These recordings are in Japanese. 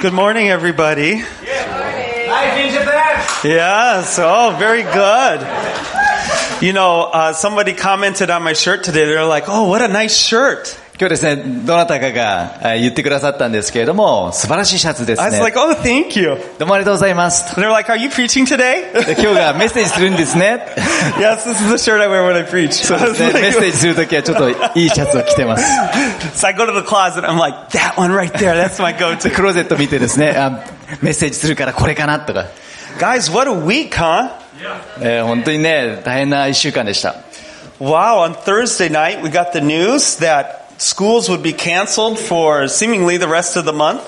Good morning, everybody. Life in Japan. Yes, oh, very good. You know, uh, somebody commented on my shirt today. They're like, oh, what a nice shirt. 今日ですね、どなたかがえー言ってくださったんですけれども、素晴らしいシャツです I was ね like,。oh, thank you. どうもありがとうございます。 They're like, are you preaching today? で今日がメッセージするんですね。 yes, this is the shirt I wear when I preach. So I で was メッ like, セージするときはちょっといいシャツを着て ます。 so I go to the closet. I'm like, that one right there. That's my ク go-to. ローゼット見てですね、あメッセージするからこれかなとか。 Guys, what a week, huh? えー本当にね、大変な一週間でした。 Wow, on Thursday night, we got the news that schools would be canceled for seemingly the rest of the month.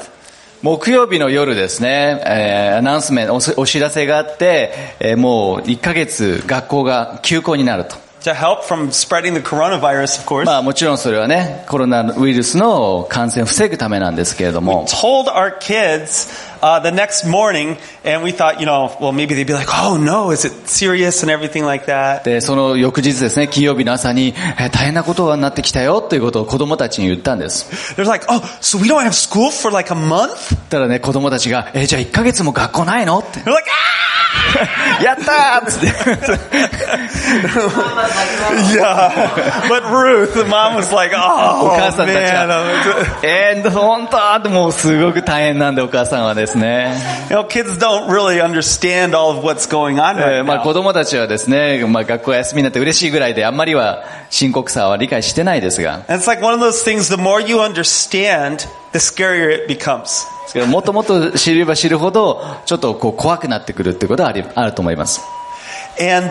木曜日の夜ですね、えーアナウンスメント、お知お知らせがあって、えーもう1ヶ月学校が休校になると。 To help from spreading the coronavirus, of course. まあもちろんそれはね、コロナウイルスの感染を防ぐためなんですけれども、 told our kids uh, the next morning, and we thought, you know, well, maybe they'd be like, oh no, is it serious and everything like that. で、その翌日ですね、金曜日の朝に、えー大変なことになってきたよということを子供たちに言ったんです。 They're like, oh, so we don't have school for like a month? ただね、子供たちが、えーじゃあ1ヶ月も学校ないのって。 They're like, ah! やったーっつって。 Yeah. But Ruth, the mom was like, oh, お母さんたち man. が。 えー、本当ってもうすごく大変なんで、お母さんはですね。 You know, kids don't really understand all of what's going on え right ーまあ now. 子供たちはですね、まあ学校休みになって嬉しいぐらいで、あんまりは深刻さは理解してないですが。 And it's like one of those things, the more you understand, the scarier it becomes. ですけど、もっともっと知れば知るほど、ちょっとこう怖くなってくるってことはあり、あると思います。 And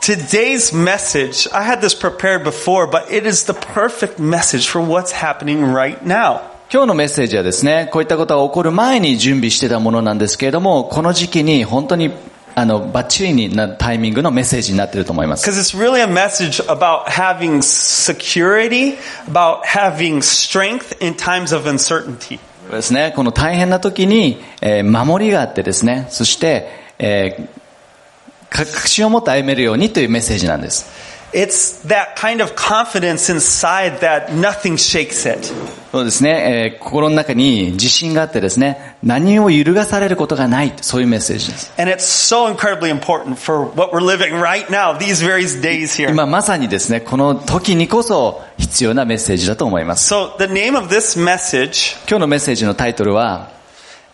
today's message, I had this prepared before, but it is the perfect message for what's happening right now. 今日のメッセージはですね、こういったことが起こる前に準備してたものなんですけれども、この時期に本当に、あの、バッチリになタイミングのメッセージになってると思います。 Because it's really a message about having security, about having strength in times of uncertainty. そうですね、この大変な時に、えー守りがあってですね、そして、えーか確信を持って歩めるようにというメッセージなんです。 It's that kind of confidence inside that nothing shakes it. そうですね、えー心の中に自信があってですね、何を揺るがされることがない、そういうメッセージです。 And it's so incredibly important for what we're living right now, these very days here. 今まさにですね、この時にこそ必要なメッセージだと思います。 So the name of this message 今日のメッセージのタイトルは、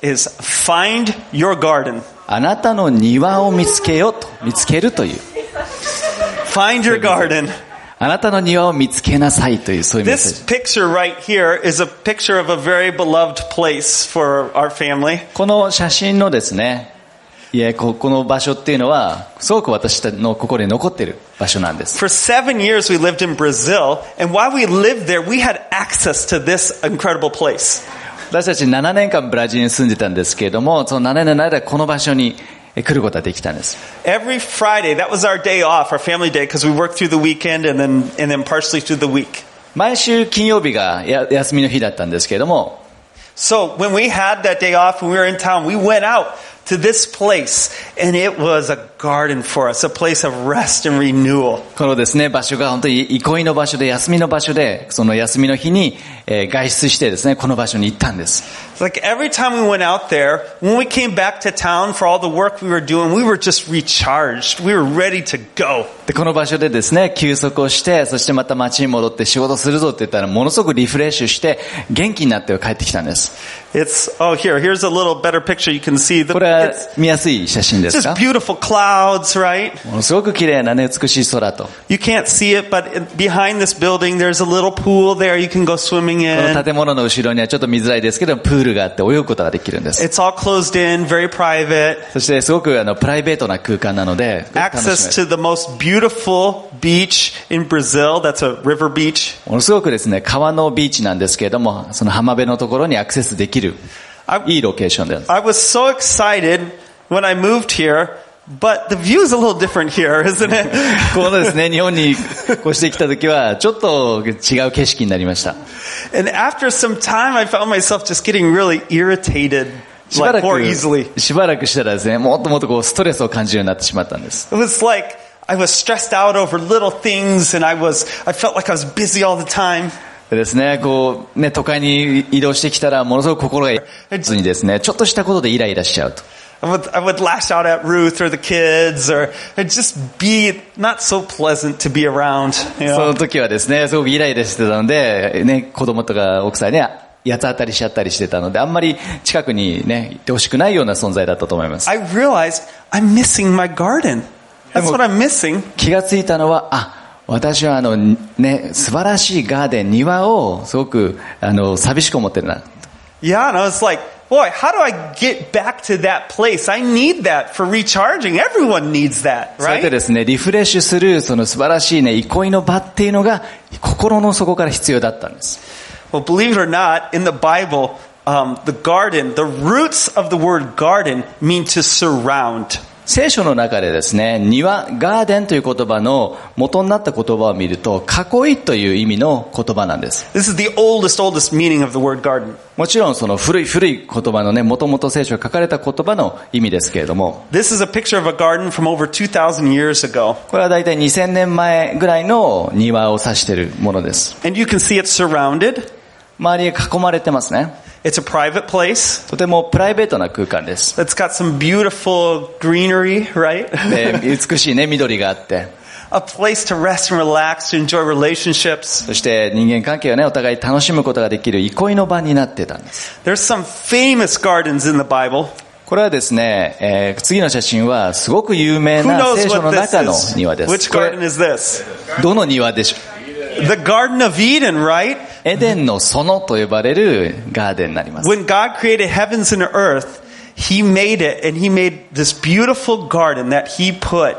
is Find Your Garden. あなたの庭を見つけよと、見つけるという。 Find Your Garden. あなたの庭を見つけなさいという、そういうメッセージ This。picture right here is a picture of a very beloved place for our family. この写真のですね、いや、こ、この場所っていうのは、すごく私たちの心に残っている場所なんです。 For seven years, we lived in Brazil, and while we lived there, we had access to this incredible place. 私たち7年間ブラジルに住んでたんですけれども、その7年の間この場所にえ来ることができたんです。 Every Friday, that was our day off, our family day, because we worked through the weekend and then, and then partially through the week. 毎週金曜日がや休みの日だったんですけれども、 So when we had that day off, when we were in town, we went out to this place, and it was a garden for us, a place of rest and renewal. このですね、場所が本当に憩いの場所で、休みの場所で、その休みの日にえー外出してですね、この場所に行ったんです。 It's Like every time we went out there, when we came back to town for all the work we were doing, we were just recharged. We were ready to go. で、この場所でですね、休息をして、そしてまた街に戻って仕事するぞって言ったら、ものすごくリフレッシュして、元気になって帰ってきたんです。 It's oh here, here's a little better picture you can see. The, これは it's 見やすい写真ですか just beautiful clouds, right? ものすごく綺麗なね、美しい空と。こ You can't see it, but in- behind this building, there's a little pool there you can go swimming の in. 建物の後ろにはちょっと見づらいですけど、プールがあって泳ぐことができるんです。 It's all closed in, very private. そしてすごくあの、プライベートな空間なので、楽しめ Access to る the most beautiful beach in Brazil. That's a river beach. ものすごくですね、川のビーチなんですけれども、その浜辺のところにアクセスできる、 I, いいロケーションです。 I was so excited when I moved here, but the view is a little different here, isn't it? このですね、日本に越してきた時は、ちょっと違う景色になりました。 and after some time, I found myself just getting really irritated しばら like, more く easily.、しばらくしたらですね、もっともっとこう、ストレスを感じるようになってしまったんです。 It was like I was stressed out over little things and I was I felt like I was busy all the time. でですね、こう、ね、都会に移動してきたら、ものすごく心が、にですね、ちょっとしたことでイライラしちゃうと。 I would, I would lash out at Ruth or the kids or it'd just be not so pleasant to be around. You そ know? の時はですね、すごくイライラしてたので、ね、子供とか奥さんに八つ当たりしちゃったりしてたので、あんまり近くにね、行ってほしくないような存在だったと思います。 I realized I'm missing my garden. That's what I'm missing. 気がついたのは、あ、私はあの、ね、素晴らしいガーデン、庭をすごく、あの、寂しく思ってるな。 Yeah, and I was like, boy, how do I get back to that place? I need that for recharging. Everyone needs that, それで right? ですね、リフレッシュする、その素晴らしいね、憩いの場っていうのが、心の底から必要だったんです。 Well, believe it or not, in the Bible, um, the garden, the roots of the word garden mean to surround. 聖書の中でですね、庭、ガーデンという言葉の元になった言葉を見ると、囲いという意味の言葉なんです。 This is the oldest, oldest meaning of the word garden. もちろんその古い古い言葉のね、もともと聖書が書かれた言葉の意味ですけれども、 This is a picture of a garden from over 2,000 years ago. これは大体2000年前ぐらいの庭を指しているものです。 And you can see it's surrounded. 周りが囲まれてますね。 It's a private place とてもプライベートな空間です。 that's got some beautiful greenery, right? で美しいね、緑があって。 a place to rest and relax, to enjoy relationships. そして人間関係をね、お互い楽しむことができる憩いの場になってたんです。 There's some famous gardens in the Bible. これはですね、えー次の写真はすごく有名 Who な knows 聖書の what 中の this 庭 is? です Which。これ garden is this? どの庭でしょう The Garden of Eden, right? エデンの園と呼ばれるガーデンになります。 When God created heavens and earth, He made it, and He made this beautiful garden that He put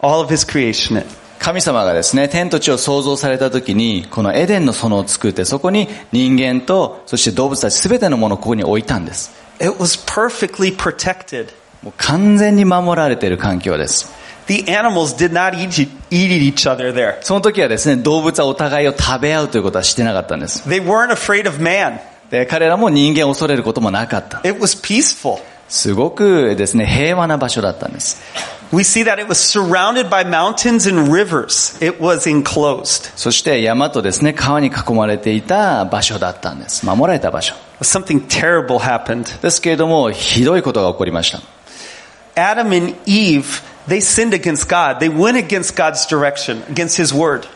all of His creation in. 神様がですね、天と地を創造された時に、このエデンの園を作って、そこに人間と、そして動物たち全てのものをここに置いたんです。 It was perfectly protected. もう完全に守られている環境です。 The animals did not eat, eat each other there. その時はですね、動物はお互いを食べ合うということはしてなかったんです。 They weren't afraid of man. で、彼らも人間を恐れることもなかった。 It was peaceful. すごくですね、平和な場所だったんです。 We see that it was surrounded by mountains and rivers. It was enclosed. そして山とですね、川に囲まれていた場所だったんです。守られた場所。 Something terrible happened. ですけれども、ひどいことが起こりました。 Adam and Eve, they sinned against God. They went against God's direction, against His word.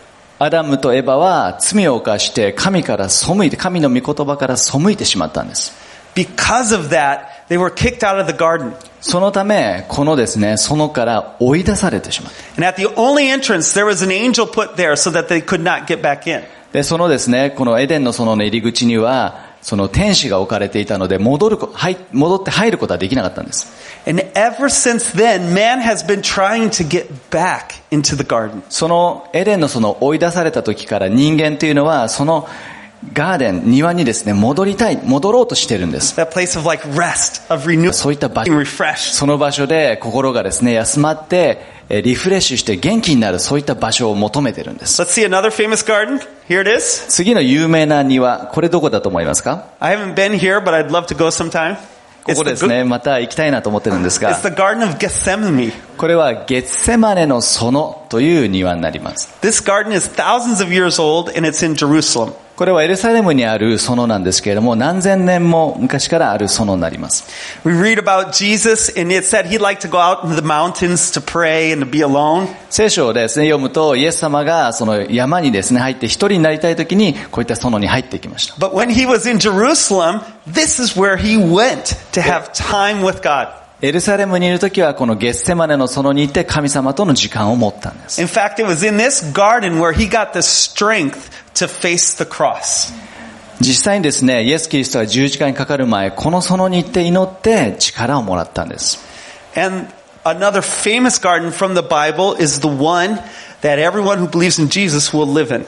アダムとエバは罪を犯して神から背いて、神の御言葉から背いてしまったんです。 Because of that, they were kicked out of the garden. そのため、このですね、園から追い出されてしまった。 And at the only entrance, there was an angel put there so that they could not get back in. で、そのですね、このエデンの園の入り口には、その天使が置かれていたので、戻るこ、はい、戻って入ることはできなかったんです。 And ever since then, man has been trying to get back into the garden. そのエデンのその追い出された時から人間というのは、そのガーデン、庭にですね、戻りたい、戻ろうとしてるんです。 That place of like rest, of renewal, そういった場 being refreshed. その場所で心がですね、休まって、えーリフレッシュして元気になる、そういった場所を求めてるんです。 Let's see another famous garden. Here it is. 次の有名な庭、これどこだと思いますか I haven't been here, but I'd love to go sometime. ここ the, です g- ね、また行きたいなと思ってるんです it's が、 the Garden of Gethsemane. これはゲッセマネの園という庭になります。 This garden is thousands of years old and it's in Jerusalem. これはエルサレムにある園なんですけれども、何千年も昔からある園になります。 We read about Jesus and it said he'd like to go out into the mountains to pray and to be alone. 聖書をですね、読むと、イエス様がその山にですね、入って一人になりたい時に、こういった園に入ってきました。 But when he was in Jerusalem, this is where he went to have time with God. エルサレムにいる時は、このゲッセマネの園に行って神様との時間を持ったんです。 In fact, it was in this garden where he got the strength to face the cross. 実際にですね、イエス・キリストは十字架にかかる前、この園に行って祈って力をもらったんです。 And another famous garden from the Bible is the one that everyone who believes in Jesus will live in.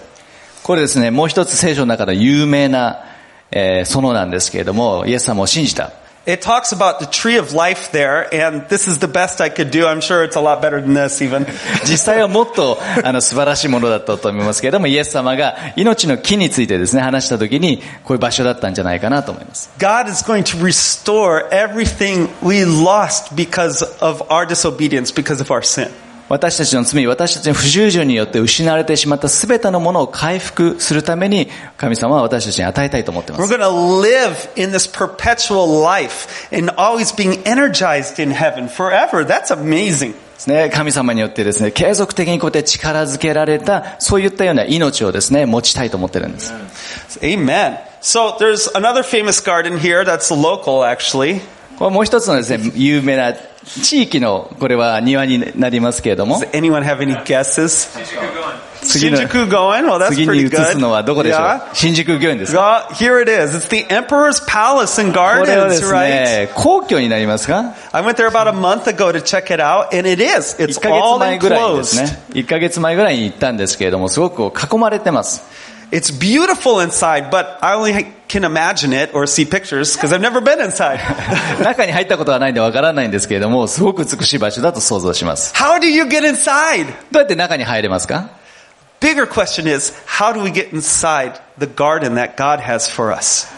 これですね、もう一つ聖書の中の有名な、えー園なんですけれども、イエス様を信じた。 It talks about the tree of life there, and this is the best I could do. I'm sure it's a lot better than this even. 実際はもっと、あの、素晴らしいものだったと思いますけれども、イエス様が命の木についてですね、話した時に、こういう場所だったんじゃないかなと思います。 God is going to restore everything we lost because of our disobedience, because of our sin. 私たちの罪、私たちの不従順によって失われてしまった全てのものを回復するために神様は私たちに与えたいと思っていま We're す。 going to live in this perpetual life and always being energized in heaven forever. That's amazing. ね、神様によってですね、継続的にこうやって力づけられた、そういったような命をですね、持ちたいと思ってるんです。 Amen. So there's another famous garden here that's local actually. これもう一つのですね、有名な地域の、これは庭になりますけれども Does、anyone have any guesses? 次の Shinjuku going? Well, that's 次に pretty 移 good. すのはどこでしょ Yeah. う新宿御苑ですか Well, here it is. It's the Emperor's Palace and これはで Gardens, す right? ね、皇居になりますか I went there about a month ago to check it out, and it is. It's 1ヶ all 月前ぐらいにです enclosed. ね、1ヶ月前ぐらいに行ったんですけれども、すごくこう囲まれてます。 It's beautiful inside, but I only can imagine it or see pictures because I've never been inside. 中に入ったことはないんでわからないんですけれども、すごく美しい場所だと想像します。 How do you get inside? どうやって中に入れますか Bigger question is, how do we get inside the garden that God has for us?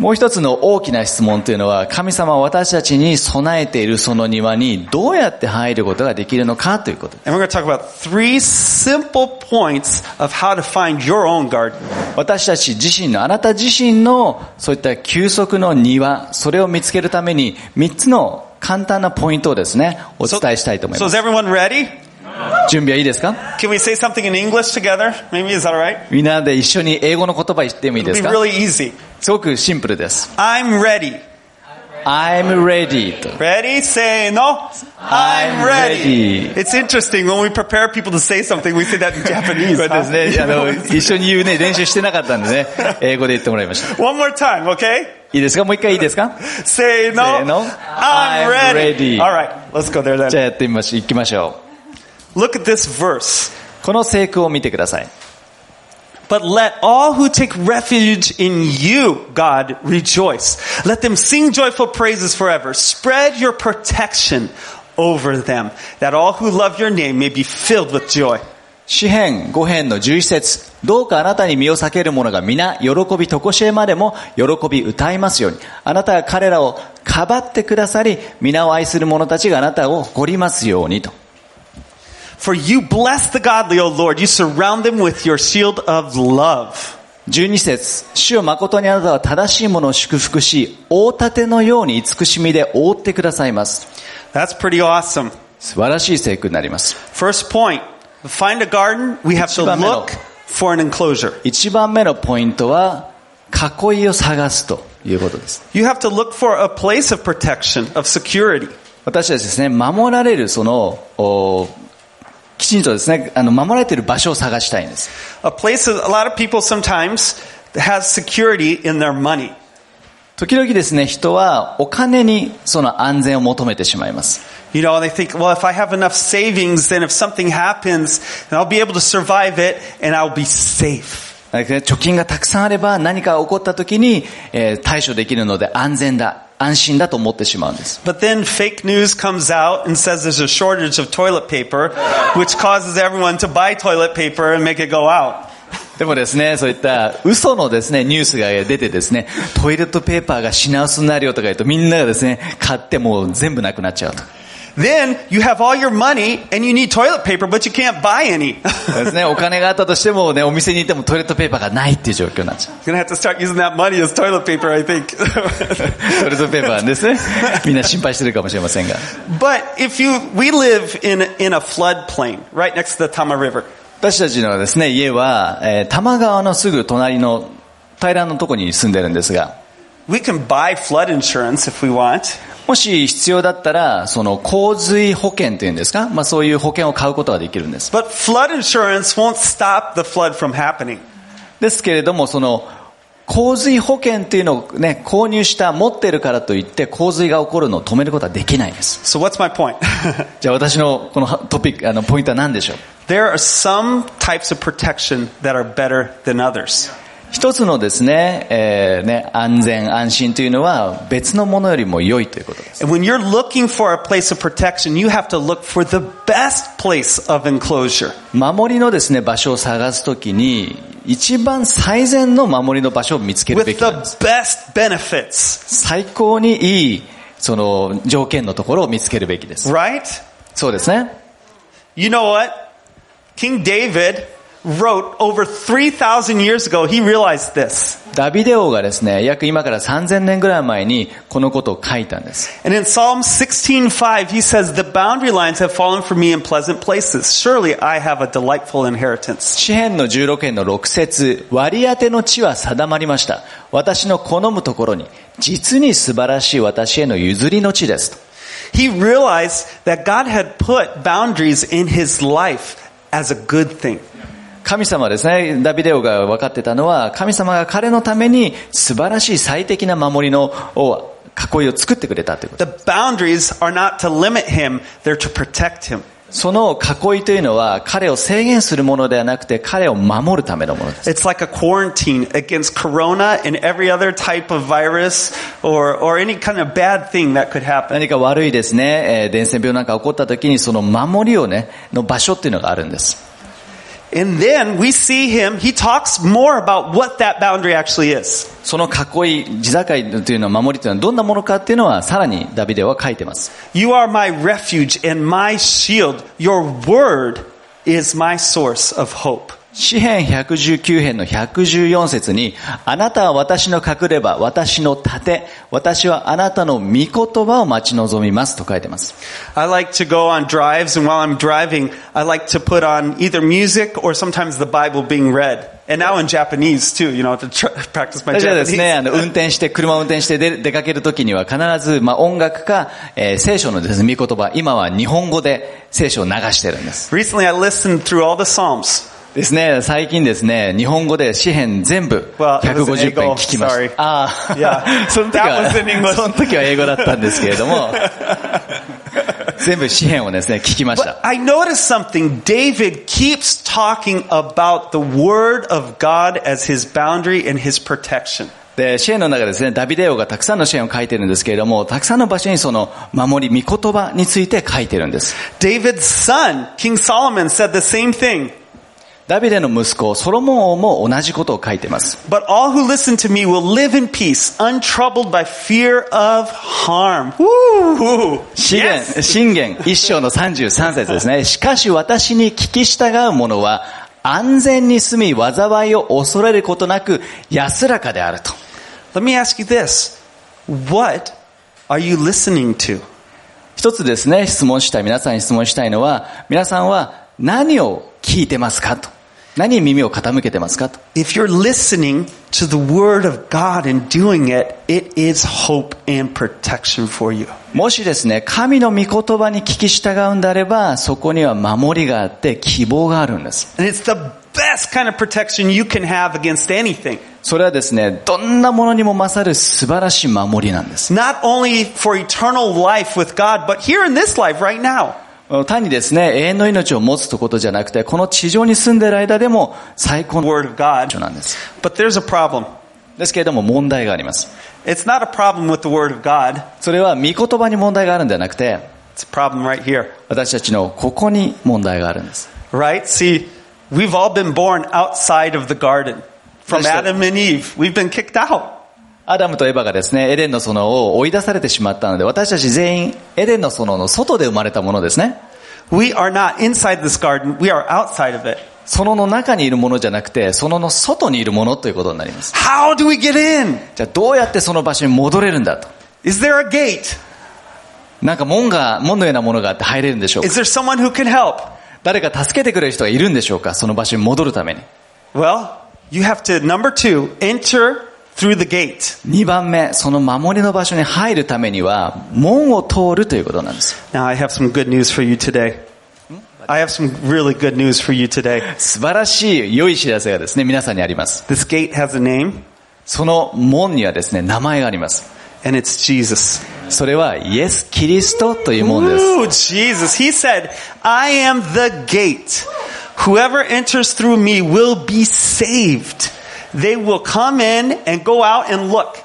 もう一つの大きな質問というのは、神様は私たちに備えているその庭にどうやって入ることができるのかということ。 And we're going to talk about three simple points of how to find your own garden. 私たち自身の、あなた自身のそういった休息の庭、それを見つけるために3つの簡単なポイントをですね、お So, 伝えしたいと思い so ま is す。 everyone ready? 準備はいいですか Can we say something in English together? Maybe is that all right? みんなで一緒に英語の言葉言ってもいいで It'll す be か really easy. すごくシンプルです。 I'm ready. I'm ready と。 Ready? Say no. I'm I'm ready. ready. It's interesting when we prepare people to say something, we say that in Japanese. これ huh? ですね、あの、一緒に言うね、練習してなかったんでね、英語で言ってもらいました。 One more time, okay? いいですかもう一回いいですか Say no. Say no. I'm I'm ready. ready. All right, let's go there じゃ then. あやってみましょう。行きましょ Look at this verse. う。この聖句を見てください。 But let all who take refuge in you, God, rejoice. Let them sing joyful praises forever. Spread your protection over them, that all who love your name may be filled with joy. 詩編5編の11節どうかあなたに身を避ける者が皆、喜びとこしえまでも、喜び歌いますように。あなたは彼らをかばってくださり、皆を愛する者たちがあなたを誇りますようにと。 For you bless the godly, O Lord. You surround them with your shield of love. 12節主を誠にあなたは正しいものを祝福し、大盾のように慈しみで覆ってくださいます。 That's pretty awesome. 素晴らしい聖句になります。 First point find a garden, we have to 一番目の。 look for an enclosure. 一番目のポイントは、囲いを探すということです。 You have to look for a place of protection, of security. 私たちですね、守られるその、おきちんとですね、あの、守られている場所を探したいんです。 A place that a lot of people sometimes has security in their money. 時々ですね、人はお金にその安全を求めてしまいます。 You know, they think, well, if I have enough savings, then if something happens, then I'll be able to survive it and I'll be safe. だから貯金がたくさんあれば何か起こった時に、えー対処できるので安全だ、安心だと思ってしまうんです。 But then fake news comes out and says there's a shortage of toilet paper, which causes everyone to buy toilet paper and make it go out. でもですね、そういった嘘のですね、ニュースが出てですね、トイレットペーパーが品薄になるよとか言うとみんながですね、買ってもう全部なくなっちゃうと。 Then you have all your money and you need toilet paper, but you can't buy any. You're ですね、お金があったとしてもね、お店に行ってもトイレットペーパーがないっていう状況になっちゃう。 gonna have to start using that money as toilet paper, I think. トイレットペーパーですね。みんな心配してるかもしれませんが。 but if you, we live in, in a floodplain right next to the Tama River. 私たちのですね、家は、えー多摩川のすぐ隣の平らのとこに住んでるんですが、 We can buy flood insurance if we want. もし必要だったら、その洪水保険というんですか、まあそういう保険を買うことができるんです。 But flood insurance won't stop the flood from happening. ですけれども、その、洪水保険っていうのをね、購入した、持ってるからといって、洪水が起こるのを止めることはできないです。 So what's my point? じゃあ私のこのトピック、あの、ポイントは何でしょう There are some types of protection that are better than others. 一つのですね、えーね、安全、安心というのは別のものよりも良いということです。 And when you're looking for a place of protection, you have to look for the best place of enclosure. 守りのですね、場所を探すときに、一番最善の守りの場所を見つける With べきなんです。 the best benefits, 最高にいい、その、条件のところを見つけるべきです。 right? そうですね。 You know what? King David wrote over 3,000 years ago, he realized this. ダビデ王がですね、約今から3000年ぐらい前にこのことを書いたんです。 And in Psalm 16:5, he says, "The boundary lines have fallen for me in pleasant places. Surely I have a delightful inheritance." 詩篇の16編の6節割り当ての地は定まりました。私の好むところに、実に素晴らしい私への譲りの地ですと。 He realized that God had put boundaries in his life as a good thing. 神様ですね、ダビデオが分かってたのは、神様が彼のために素晴らしい最適な守りのを囲いを作ってくれたということ。 The boundaries are not to limit him, they're to protect him. その囲いというのは彼を制限するものではなくて彼を守るためのものです。 It's like a quarantine against corona and every other type of virus or, or any kind of bad thing that could happen. 何か悪いですね、えー伝染病なんか起こった時にその守りをね、の場所っていうのがあるんです。 And then we see him, he talks more about what that boundary actually is. その囲い、地境というのは守りというのはどんなものかっていうのはさらにダビデは書いてます。 You are my refuge and my shield. Your word is my source of hope. 詩篇119編の114節に、あなたは私の隠れ場、私の盾、私はあなたの御言葉を待ち望みますと書いてます。 I like to go on drives, and while I'm driving, I like to put on either music or sometimes the Bible being read. And now in Japanese, too, you know, I have to tr- practice my 私はです Japanese. ね、あの、運転して、車を運転して出出かけるときには必ず、まあ、音楽か、えー聖書のですね、見言葉、今は日本語で聖書を流してるんです。 Recently, I listened through all the Psalms. ですね、最近ですね、日本語で詩編全部、 Well, it was in 150編聞きま English, sorry. した。ああ、 Yeah. その時は That was in English. その時は英語だったんですけれど も、全部詩編をですね、聞きまし But た。 I noticed something. David keeps talking about the word of God as his boundary and his protection. で、詩編の中でですね、ダビデオがたくさんの詩編を書いてるんですけれども、たくさんの場所にその、守り、御言葉について書いてるんです。 David's son, King Solomon, said the same thing. ダビデの息子、ソロモン王も同じことを書いてます。 But all who listen to me will live in peace, untroubled by fear of harm. Woo! 信玄、信玄一章の33節ですね。しかし私に聞き従う者は安全に住み災いを恐れることなく安らかであると。 Let me ask you this. What are you listening to? 一つですね、質問したい、皆さんに質問したいのは、皆さんは何を聞いてますかと。何に耳を傾けてますかと。 If you're listening to the word of God and doing it, it is hope and protection for you. もしですね、神の御言葉に聞き従うんであれば、そこには守りがあって希望があるんです。 And it's the best kind of protection you can have against anything. それはですね、どんなものにも勝る素晴らしい守りなんです。 Not only for eternal life with God, but here in this life right now. 単にですね、永遠の命を持つということじゃなくて、この地上に住んでいる間でも最高 The の word of God. 場所なんです。 But there's a problem. ですけれども問題があります。 It's not a problem with the word of God. それは御言葉に問題があるんではなくて、 It's a problem right here. 私たちのここに問題があるんです。 Right? See, we've all been born outside of the garden. From Understood. Adam and Eve. We've been kicked out. アダムとエバがですね、エデンの園を追い出されてしまったので、私たち全員エデンの園の外で生まれたものですね。 We are not inside this garden. We are outside of it. 園の中にいるものじゃなくて、園の外にいるものということになります。 How do we get in? じゃあどうやってその場所に戻れるんだと。 Is there a gate? なんか門が、門のようなものがあって入れるんでしょうか Is there someone who can help? 誰か助けてくれる人がいるんでしょうかその場所に戻るために。 Well, you have to, number two, enter through the gate. 2番目、その守りの場所に入るためには、門を通るということなんです。 Now, I have some good news for you today. I have some really good news for you today. 素晴らしい良い知らせがですね、皆さんにあります。 This gate has a name, その門にはですね、名前があります。 and it's Jesus. それは、イエス・キリストという門です。 Ooh, Jesus. He said, I am the gate. Whoever enters through me will be saved. They will come in and go out and look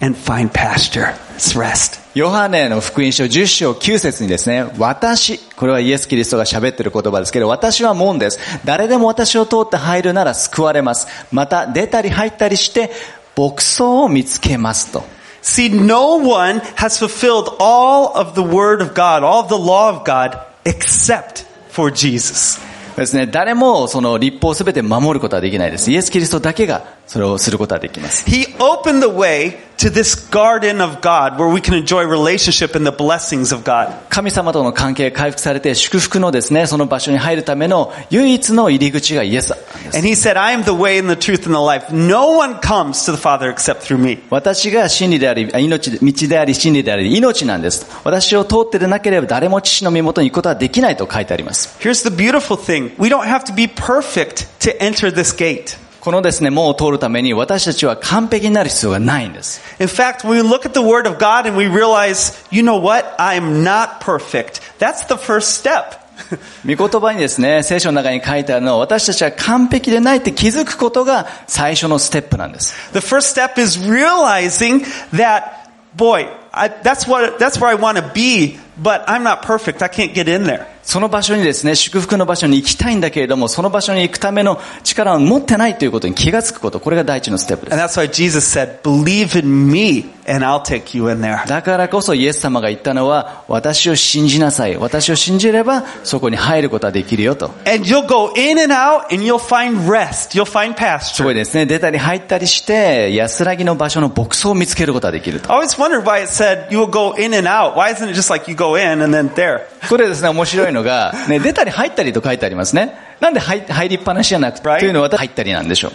and find pasture. It's rest. ヨハネの福音書10章9節にですね、私、これはイエス・キリストが喋ってる言葉ですけど、私は門です。誰でも私を通って入るなら救われます。また、出たり入ったりして、牧草を見つけますと。 See, no one has fulfilled all of the word of God, all of the law of God, except for Jesus. ですね、誰もその立法をすべて守ることはできないです。イエス・キリストだけがそれをすることはできます。 He opened the way to this garden of God where we can enjoy relationship and the blessings of God. 神様との関係が回復されて祝福のですね、その場所に入るための唯一の入り口がイエスなんです。 And he said, I am the way and the truth and the life. No one comes to the Father except through me. 私が真理であり、あ命で、道であり、真理であり、命なんです。私を通ってでなければ誰も父の身元に行くことはできないと書いてあります。 Here's the beautiful thing. We don't have to be perfect to enter this gate. このですね、門を通るために私たちは完璧になる必要がないんです。 In fact, when we look at the Word of God and we realize, you know what? I'm not perfect. That's the first step. 御言葉にですね、聖書の中に書いてあるのは私たちは完璧でないって気づくことが最初のステップなんです。 The first step is realizing that, boy, I, that's what, that's where I want to be, but I'm not perfect. I can't get in there. その場所にですね、祝福の場所に行きたいんだけれども、その場所に行くための力を持ってないということに気がつくこと、これが第一のステップで And す。 that's why Jesus said, believe in me and I'll take you in there. だからこそイエス様が言ったのは、私を信じなさい。私を信じれば、そこに入ることはできるよと。 And you'll go in and out and you'll find rest. You'll find す pasture. ごいですね、出たり入ったりして、安らぎの場所の牧草を見つけることができると。 I always wondered why it said you will go in and out. Why isn't it just like you go in and then there? これですね、面白いのが、ね、出たり入ったりと書いてありますね。なんで入入りっぱなしじゃなくて、 Right. というのは入ったりなんでしょう。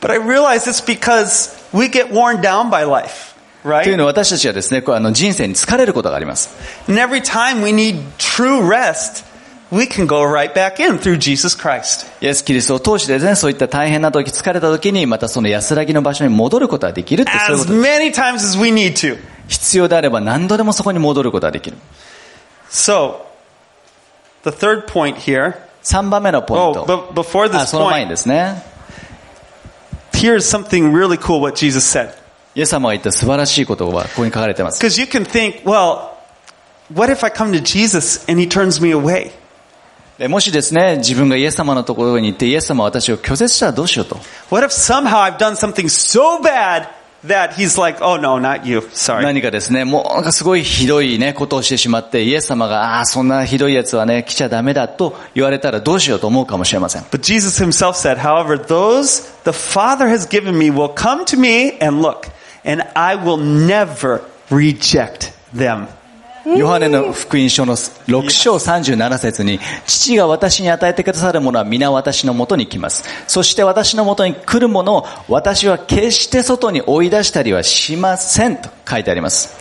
But I realize it's because we get worn down by life, という right? のは私たちはですね、こうあの人生に疲れることがあります。 And every time we need true rest, we can go right back in through Jesus Christ. イエス・キリストを通してですね、そういった大変な時、疲れた時に、またその安らぎの場所に戻ることができるって、そういうこ As とです。 many times as we need to. 必要であれば何度でもそこに戻ることができる。 So, the third point here, 3番目のポイン oh, ト。 but before あ this その前に point, ですね、 here's something really cool what Jesus said. イエス様が言った素晴らしいことはここに書かれてます。 Because you can think, well, what if I come to Jesus and he turns me away? でもしですね、自分がイエス様のところに行って、イエス様は私を拒絶したらどうしようと。 What if somehow I've done something so bad that he's like, oh no, not you, sorry. 何かですね、もうなんかすごいひどいね、ことをしてしまって、イエス様が、ああー、そんなひどいやつはね、来ちゃダメだと言われたらどうしようと思うかもしれません。 But Jesus himself said, however, those the Father has given me will come to me and look, and I will never reject them. ヨハネの福音書の6章37節に、父が私に与えてくださるものは皆私のもとに来ます。そして私のもとに来るものを私は決して外に追い出したりはしませんと書いてあります。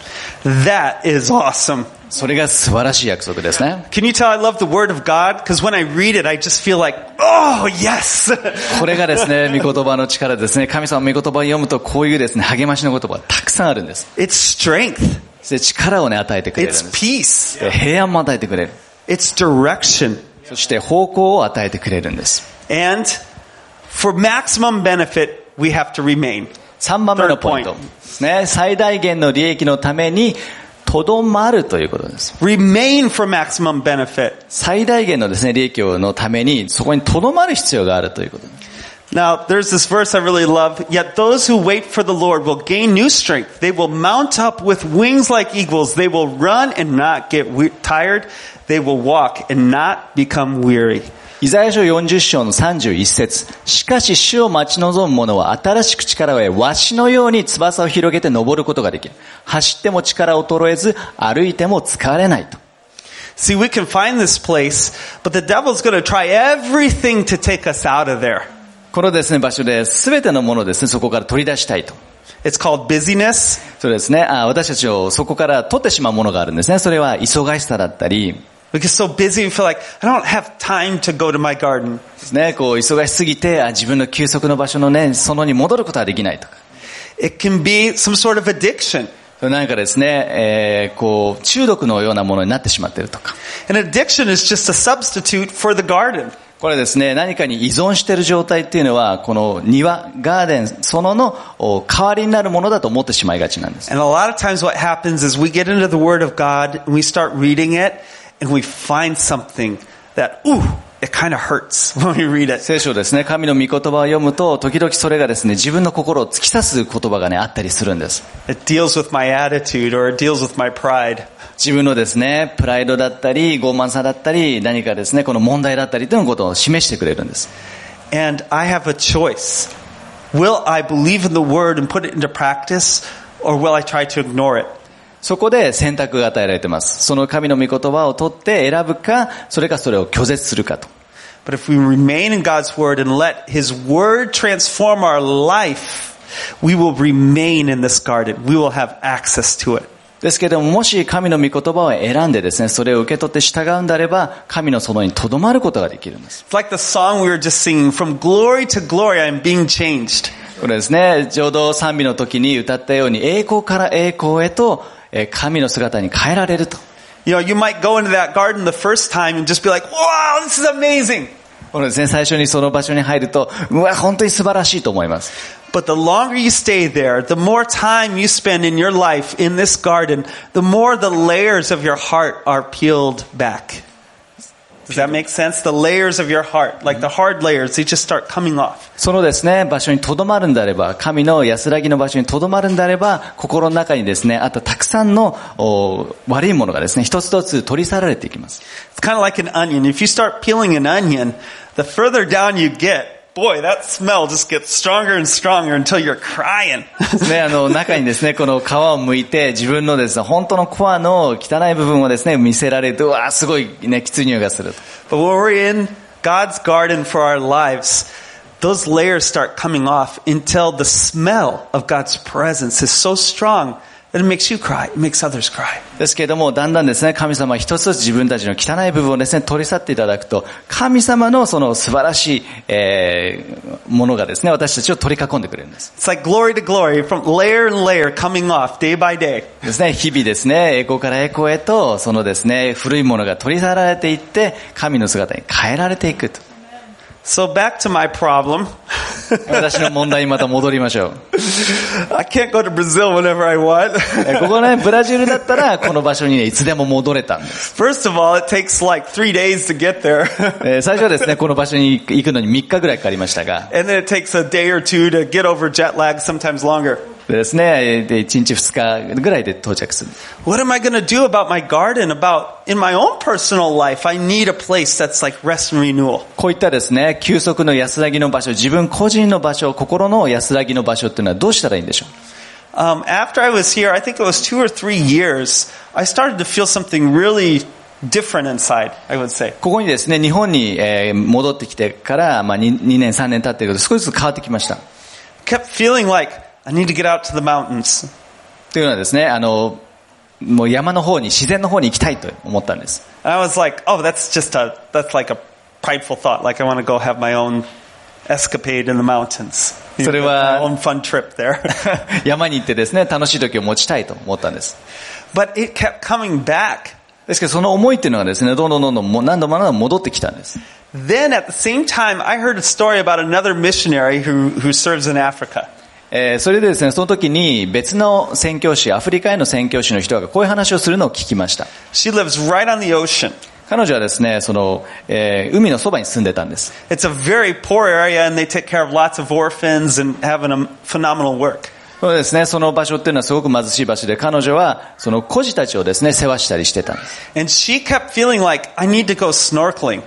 That is awesome. それが素晴らしい約束ですね。 Can you tell I love the Word of God? Because when I read it, I just feel like, oh yes! これがですね、御言葉の力ですね。神様の御言葉を読むとこういうですね、励ましの言葉がたくさんあるんです。 it's strength, で力をね、与えてくれるんで it's す。 peace, で平安も与えてくれる。 it's direction. そして方向を与えてくれるんです。 And for maximum benefit, we have to remain. 3番目のポイン Third トですね。最大限の利益のために、とどまるということです。 Remain for maximum benefit. 最大限のですね、利益のために、そこにとどまる必要があるということです。 Now, there's this verse I really love. Yet those who wait for the Lord will gain new strength. They will mount up with wings like eagles. They will run and not get we- tired. They will walk and not become weary. イザヤ書40章の31節しかし主を待ち望む者は新しく力を得、わしのように翼を広げて登ることができる。走っても力衰えず、歩いても疲れないと。 See, we can find this place, but the devil's going to try everything to take us out of there. このですね、場所で全てのものをですね、そこから取り出したいと。 It's called busyness. そうですね。あ私たちをそこから取ってしまうものがあるんですね。それは忙しさだったり、で We get so busy and feel like, I don't have time to go to my garden. すね、こう忙しすぎて、あ自分の休息の場所のね、そのに戻ることはできないとか。 It can be some sort of addiction. なんかですね、えーこう、中毒のようなものになってしまっているとか。 An addiction is just a substitute for the garden. これですね、何かに依存している状態っていうのは、この庭、ガーデン、そののお代わりになるものだと思ってしまいがちなんです。 And a lot of times what happens is we get into the Word of God and we start reading it and we find something that, ooh, it kind of hurts when we read it. 聖書ですね、神の御言葉を読むと、時々それがですね、自分の心を突き刺す言葉がね、あったりするんです。 It deals with my attitude or it deals with my pride. 自分のですね、プライドだったり、傲慢さだったり、何かですね、この問題だったりということを示してくれるんです。 And I have a choice. Will I believe in the word and put it into practice or will I try to ignore it? そこで選択が与えられてます。その神の御言葉を取って選ぶか、それかそれを拒絶するかと。 But if we remain in God's word and let his word transform our life, we will remain in this garden. We will have access to it. ですけれども、もし神の御言葉を選んでですね、それを受け取って従うんであれば、神の園に留まることができるんです。 It's like the song we were just singing, from glory to glory I am being changed. これですね、浄土賛美の時に歌ったように、栄光から栄光へと、えー神の姿に変えられると。 You know, you might go into that garden the first time and just be like, wow, this is amazing. このですね、最初にその場所に入ると、うわ、本当に素晴らしいと思います。 But the longer you stay there, the more time you spend in your life in this garden, the more the layers of your heart are peeled back. Does that make sense? The layers of your heart, like the hard layers, they just start coming off. そのですね、場所に留まるんであれば、神の安らぎの場所に留まるんであれば、心の中にですね、あったたくさんのお悪いものがですね、一つ一つ取り去られていきます。 It's kind of like an onion. If you start peeling an onion, the further down you get, boy, that smell just gets stronger and stronger until you're crying. ね、あの、 中にですね、この皮を剥いて、自分のですね、本当のコアの汚い部分をですね、見せられて、うわーすごいね、きつい匂いがすると。 But when we're in God's garden for our lives, those layers start coming off until the smell of God's presence is so strong that it makes you cry, it makes others cry. ですけれども、だんだんですね、神様は一つ一つ自分たちの汚い部分をですね、取り去っていただくと、神様のその素晴らしい、えーものがですね、私たちを取り囲んでくれるんです。 It's like glory to glory, from layer and layer coming off day by day. ですね、日々ですね、栄光から栄光へと、そのですね、古いものが取り去られていって、神の姿に変えられていくと。 So back to my problem. 私の問題にまた戻りましょう。 I can't go to Brazil whenever I want. えここね、ブラジルだったら、この場所にね、いつでも戻れたんです。 First of all, it takes like three days to get there. えー最初はですね、この場所に行くのに3日ぐらいかかりましたが、 And then it takes a day or two to get over jet lag, sometimes longer. でですね、えーで1日2日ぐらいで到着する。 What am I going to do about my garden? About in my own personal life, I need a place that's like rest and renewal. こういったですね、休息の安らぎの場所、自分個人の場所、心の安らぎの場所っていうのはどうしたらいいんでしょ Um, after I was here, I think it was two or three years, I started to feel something really different inside, I would say. うここにですね、日本に、えー戻ってきてから、まあ2、2年3年経ってるけど、少しずつ変わってきました。 Kept feeling like I need to get out to the mountains. というのはですね、あの、もう山の方に、自然の方に行きたいと思ったんです。 And I was like, oh, that's just a, that's like a prideful thought. Like I want to go have my own escapade in the mountains. So they were- my own fun trip there. 山に行ってですね、楽しい時を持ちたいと思ったんです。 but it kept coming back. ですけど、その思いっていうのがですね、どんどんどんどんもう何度も何度も戻ってきたんです。 Then at the same time, I heard a story about another missionary who, who serves in Africa. えーそれでですね、その時に別の宣教師、アフリカへの宣教師の人がこういう話をするのを聞きました。 She lives right on the ocean. 彼女はですね、その、えー海のそばに住んでたんです。 It's a very poor area and they take care of lots of orphans and have an, um, phenomenal work. そうですね、その場所っていうのはすごく貧しい場所で、彼女はその孤児たちをですね、世話したりしてたんです。 And she kept feeling like, I need to go snorkeling.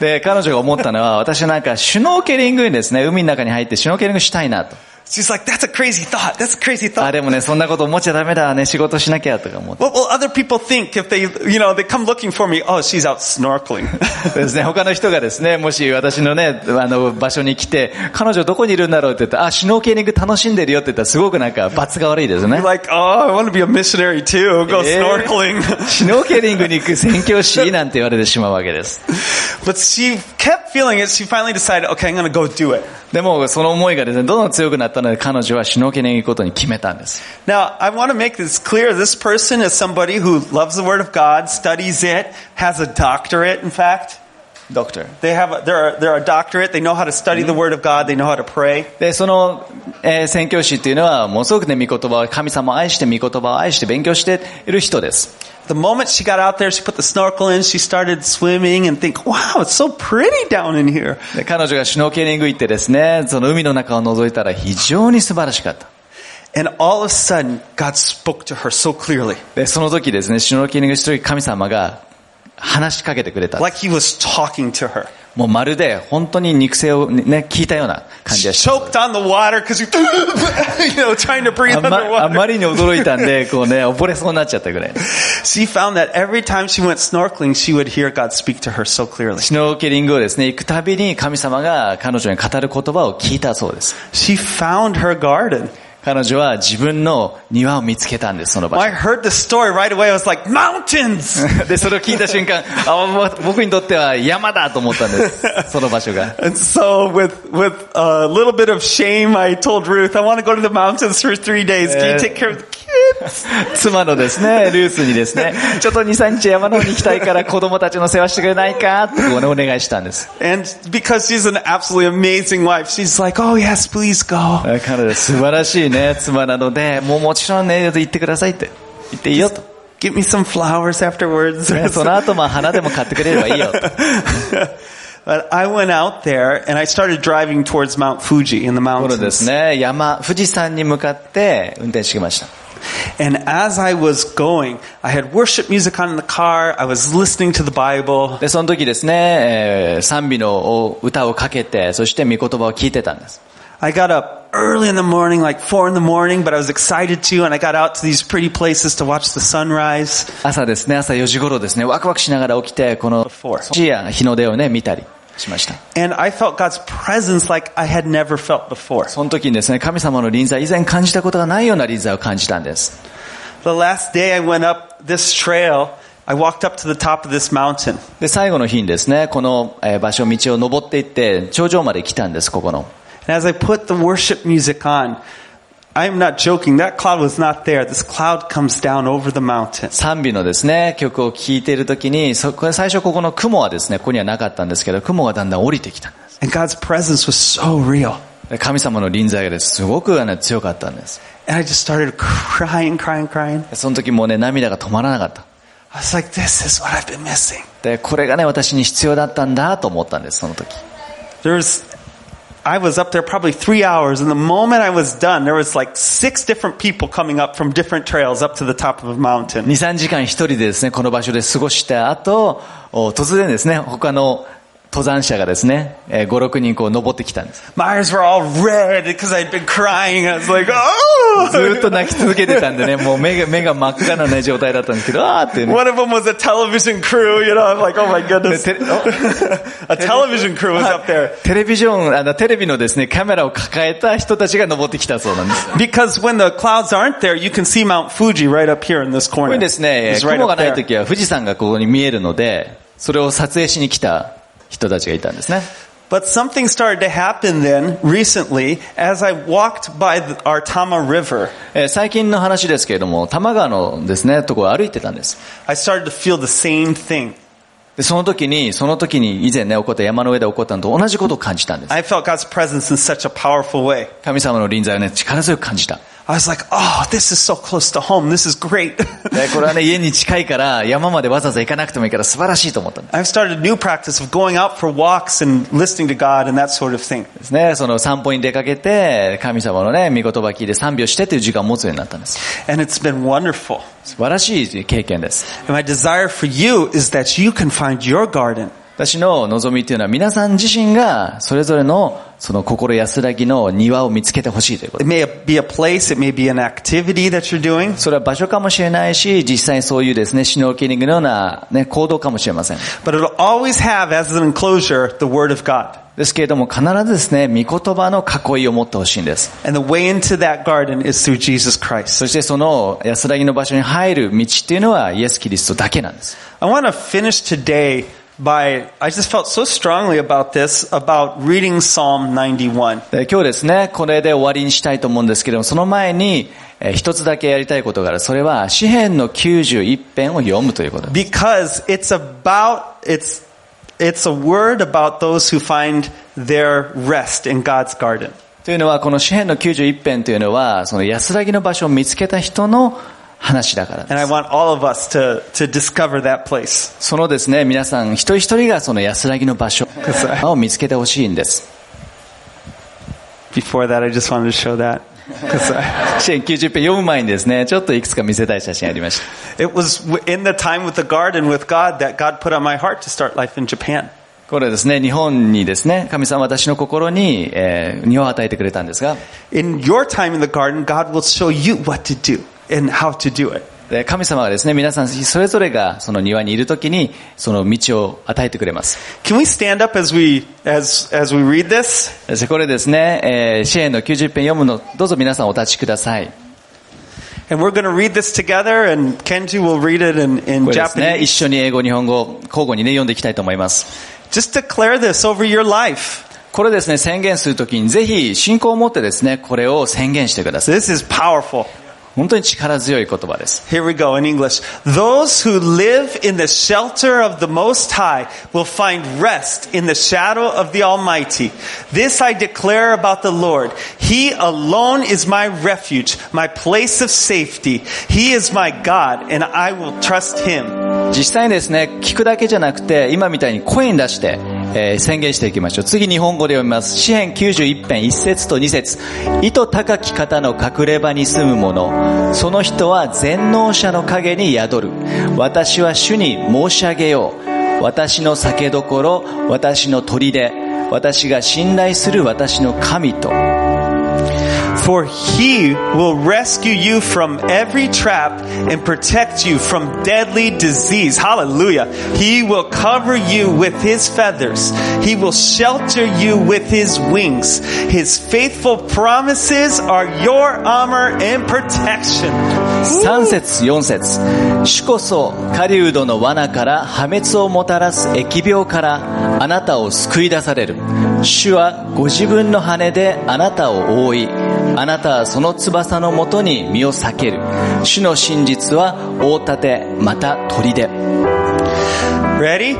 で、彼女が思ったのは、私はなんかシュノーケリングにですね、海の中に入ってシュノーケリングしたいなと。 She's like, that's a crazy thought. That's a crazy あ、 thought. でもね、そんな こと思っちゃダメだね、仕事しなきゃとか思 って。 What will other people think if they, you know, they come looking for me? Oh, she's out snorkeling. ですね、他の人がですね、もし私のね、あの、場所に来て、彼女どこにいるんだろうって言ったら、あ、シュノーケリング楽しんでるよって言ったら、すごくなんか、罰が悪いですね You're。like, oh, I want to be a missionary too. Go えー snorkeling. シュノーケリングに行く宣教師なんて言われてしまうわけ です。 But she kept feeling it. She finally decided, okay, I'm going to go do it. でも、その思いがですね、どんどん強くなったので、彼女はシュノーケリングに行くことに決めたんです。 Now, I want to make this clear. This person is somebody who loves the Word of God, studies it, has a doctorate, in fact. doctor. They have a, they're, they're a doctorate. They know how to study the Word of God. They know how to pray. で、その、えー宣教師っていうのは、ものすごくね、御言葉を、神様を愛して、御言葉を愛して勉強している人です。 The moment she got out there, she put the snorkel in. She started swimming and think, wow, it's so pretty down in here. で彼女がシュノーケリング行ってですね、その海の中を覗いたら非常に素晴らしかった。 And all of a sudden, God spoke to her so clearly, で、その時ですね、シュノーケリングしてる時神様が話しかけてくれた。 like He was talking to her. もうまるで本当に肉声をね、聞いたような感 She じがした。 choked on the water because you, you know, trying to breathe あまあ underwater. まりに驚いたんで、こうね、溺れそうになっちゃったぐらい。 She found that every time she went snorkeling, she would hear God speak to her so clearly. シュノーケリングをですね、行くたびに神様が彼女に語る言葉を聞いたそうです。 She found her garden. 彼女は自分の庭を見つけたんです、その場 When I 所。 heard the story right away. I was like, mountains! で、それを聞いた瞬間、あもう僕にとっては山だと思ったん です、その場所が。 And so, with with a little bit of shame, I told Ruth, "I want to go to the mountains for three days. Can you Yeah. take care of the kids?" 妻のですね、ルースにですね、 ちょっと2、3日山の方に行きたいから子供たちの世話してくれないかってこうねお願いしたんです。 And because she's an absolutely amazing wife, she's like, "Oh yes, please go." 彼女素晴らしいね、妻なので、もうもちろんね、行ってくださいって。行っていいよと。 Give me some flowers afterwards. ね その後、まあ花でも買ってくれればいいよと。 but I went out there and I started driving towards Mount Fuji in the ところです mountains. ね、山、富士山に向かって運転してきました。 And as I was going, I had worship music on in the car. I was listening to the Bible. で、その時ですね、えー賛美の歌をかけて、そして御言葉を聞いてたんです。 I got up early in the morning, like four in the morning, but I was excited to, and I got out to these pretty places to watch the sunrise. 朝ですね、朝4時頃ですね、ワクワクしながら起きて、この、 Before. 日や日の出をね、見たりしました。 And I felt God's presence like I had never felt before. その時にですね、神様の臨在、以前感じたことがないような臨在を感じたんです。 The last day I went up this trail, I walked up to the top of this mountain. で、最後の日にですね、このえー場所、道を登っていって、頂上まで来たんです、ここの。 And as I put the worship music on, I'm not joking, that cloud was not there. This cloud comes down over the mountain. 賛美のですね、曲を聴いている時に、そこれ最初ここの雲はですね、ここにはなかったんですけど、雲がだんだん降りてきたんです。 And God's presence was so real. で神様の臨在がです、すごく、ね、強かったんです。 And I just started crying, crying, crying. でその時もうね、涙が止まらなかった。 I was like, this is what I've been missing. で、これがね、私に必要だったんだと思ったんです、その時。 There was, I was up there probably three hours, and the moment I was done, there was like six different people coming up from different trails up to the top of a 2、 mountain. 3時間一人でですね、この場所で過ごした後、お突然ですね、他の登山者がですね、えー5、6人こう登ってきたんです。 My eyes were all red because I'd been crying. I was like, oh! ず ーっと泣き続けてた んでね、もう目が、目が真っ赤なね、状態だったんですけど、あーってね。 One of them was a television crew, you know. I'm like, oh my goodness. The tele- a television crew was up there. テレビジョン、あの、テレビのですね、カメラを抱えた人たちが登ってきたそうなんです。 Because when the clouds aren't there, you can see Mount Fuji right up here in this こ corner. れですね、 It's right 雲が up ない there. 時は富士山がここに見えるので、それを撮影しに来た人たちがいたんですね。 But something started to happen then recently as I walked by the, our Tama River. えー最近の話ですけれども、多摩川のですね、ところを歩いてたんです。 I started to feel the same thing. で、その時に、その時に以前ね、起こった山の上で起こったのと同じことを感じたんです。 I felt God's presence in such a powerful way. 神様の臨在をね、力強く感じた。 I was like, oh, this is so close to home. This is great. で、これはね、家に近いから、山までわざわざ行かなくてもいいから素晴らしいと思ったんで I've started a new practice of going out for walks and listening to God and that sort of thing. すね。その散歩に出かけて、神様のね、御言葉聞いて賛美をしてという時間を持つようになったんです。 And it's been wonderful. 素晴らしい経験です。 And my desire for you is that you can find your garden. 私の望みというのは皆さん自身がそれぞれのその心安らぎの庭を見つけてほしいということ It may be a place, it may be an activity that you're doing, それは場所かもしれないし、実際にそういうですね、シュノーケリングのような、ね、行動かもしれません。 but it'll always have as an enclosure the Word of God. ですけれども、必ずですね、御言葉の囲いを持ってほしいんです。 And the way into that garden is through Jesus そ Christ. してその安らぎの場所に入る道っていうのは、イエス・キリストだけなんです。 I want to finish today by, I just felt so strongly about this, about reading Psalm 91. で今日ですね、これで終わりにしたいと思うんですけれども、その前に、えー一つだけやりたいことがある。それは、詩篇の91編を読むということ。 Because it's about, it's it's a word about those who find their rest in God's garden. というのは、この詩篇の91編というのは、その安らぎの場所を見つけた人の話だからで And す I。want all of us to, to discover that place. そのですね、皆さん一人一人がその安らぎの場所を見つけてほしいんです。 Before that, I just wanted to show that. 'Cause I- 詩篇90編読む前にですね、ちょっといくつか見せたい写真ありました。 it was w- in the time with the garden with God that God put on my heart to start life in Japan. これですね、日本にですね、神様は私の心に、えー庭を与えてくれたんですが、 In your time in the garden, God will show you what to do and how to do it. で神様はですね、皆さんそれぞれがその庭にいるときに、その道を与えてくれます。 Can we stand up as we as as we read this? そこれですね、えー、詩篇の90編読むの、どうぞ皆さんお立ちください。 And we're going to read this together, and Kenji will read it in, in これですね、Japanese. 一緒に英語、日本語、交互にね、読んでいきたいと思います。 Just declare this over your life. これですね、宣言するときに、ぜひ信仰を持ってですね、これを宣言してください。 This is powerful. 本当に力強い言葉です。 Here we go in English. Those who live in the shelter of the Most High will find rest in the shadow of the Almighty. This I declare about the Lord. He alone is my refuge, my place of safety. He is my God, and I will trust him. 実際にですね、聞くだけじゃなくて、今みたいに声に出して、えー宣言していきましょう。次、日本語で読みます。詩篇91編1節と2節意図高き方の隠れ場に住む者。その人は全能者の陰に宿る。私は主に申し上げよう。私の酒どころ、私の砦、私が信頼する私の神と。 For he will rescue you from every trap and protect you from deadly disease. Hallelujah. He will cover you with his feathers. He will shelter you with his wings. His faithful promises are your armor and protection. 3節4節主こそ狩人の罠から破滅をもたらす疫病からあなたを救い出される主はご自分の羽であなたを覆いあなたはその翼のもとに身を避ける主の真実は大盾また砦 Ready?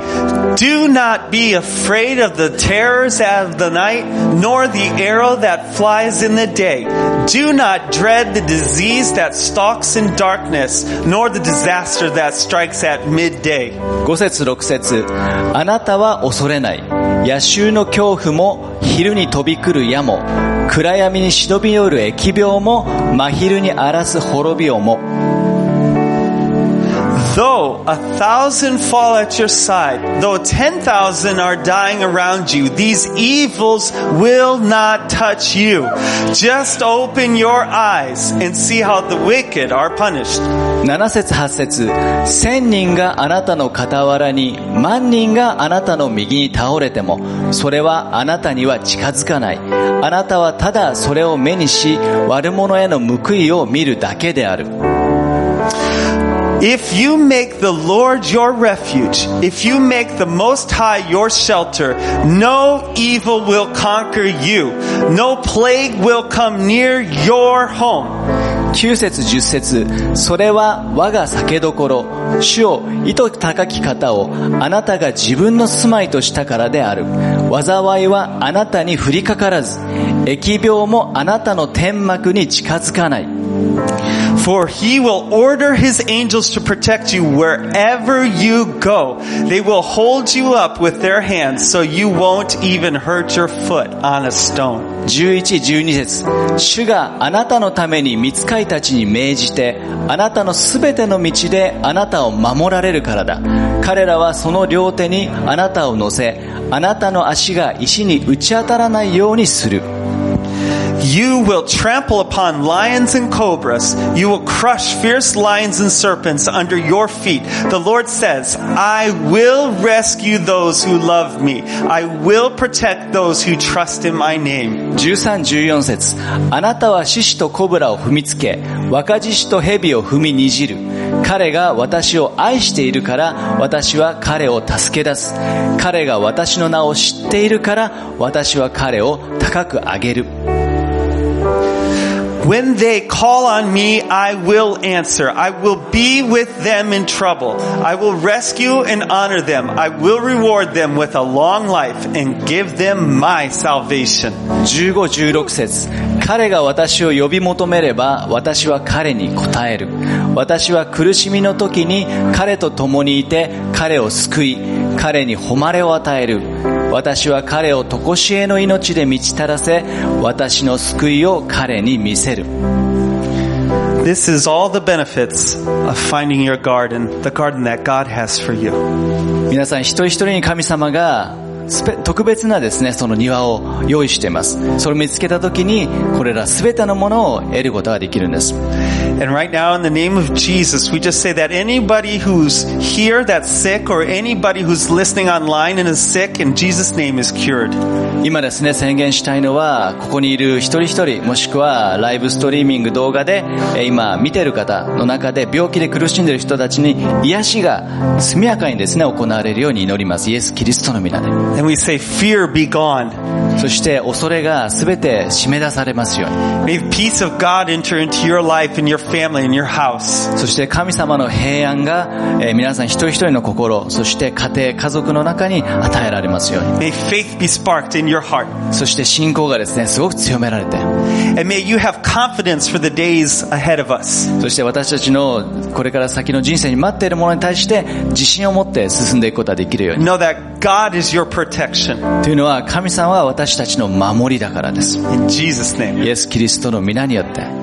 Do not be afraid of the terrors of the night, nor the arrow that flies in the day. Do not dread the disease that stalks in darkness, nor the disaster that strikes at midday. 5節6節あなたは恐れない野襲の恐怖も昼に飛び来る矢も暗闇に忍び寄る疫病も真昼に荒らす滅びをも Though a thousand fall at your side, though 10,000 are dying around you, these evils will not touch you. Just open your eyes and see how the wicked are punished. 7節8節千人があなたの傍らに万人があなたの右に倒れてもそれはあなたには近づかないあなたはただそれを目にし悪者への報いを見るだけである If you make the Lord your refuge, if you make the Most High your shelter, no evil will conquer you. No plague will come near your home. 9節10節それは我が酒どころ主を意図高き方をあなたが自分の住まいとしたからである災いはあなたに降りかからず疫病もあなたの天幕に近づかない For he will order his angels to protect you wherever you go. They will hold you up with their hands so you won't even hurt your foot on a stone. 11-12節主があなたのために御使いたちに命じて、あなたのすべての道であなたを守られるからだ。彼らはその両手にあなたを乗せ、あなたの足が石に打ち当たらないようにする。 You will trample upon lions and cobras. You will crush fierce lions and serpents under your feet. The Lord says, I will rescue those who love me. I will protect those who trust in my name. 13-14節あなたは獅子とコブラを踏みつけ、若獅子と蛇を踏みにじる。彼が私を愛しているから、私は彼を助け出す。彼が私の名を知っているから、私は彼を高く上げる。 When they call on me, I will answer. I will be with them in trouble. I will rescue and honor them. I will reward them with a long life and give them my salvation. 15、16節彼が私を呼び求めれば私は彼に答える私は苦しみの時に彼と共にいて彼を救い彼に誉れを与える私は彼を常しえの命で満ちたらせ私の救いを彼に見せる This is all the benefits of finding your garden, the garden that God has for you. 皆さん一人一人に神様がスペ特別なですねその庭を用意していますそれを見つけた時にこれら全てのものを得ることができるんです And right now, in the name of Jesus, we just say that anybody who's here that's sick or anybody who's listening online and is sick, in Jesus' name is cured. 今ですね宣言したいのはここにいる一人一人もしくはライブストリーミング動画でえー今見てる方の中で病気で苦しんでる人たちに癒しが速やかにですね行われるように祈りますイエス・キリストの皆で And we say, fear be gone. そして恐れが全て締め出されますように May the peace of God enter into your life and your family and your house. そして神様の平安がえー皆さん一人一人の心そして家庭家族の中に与えられますように May faith be sparked in your heart. そして信仰がですねすごく強められて And may you have confidence for the days ahead of us. そして私たちのこれから先の人生に待っているものに対して自信を持って進んでいくことができるように。 Know that God is your protection. というのは神様は私たちの守りだからです。 In Jesus' name. イエス・キリストの皆によって。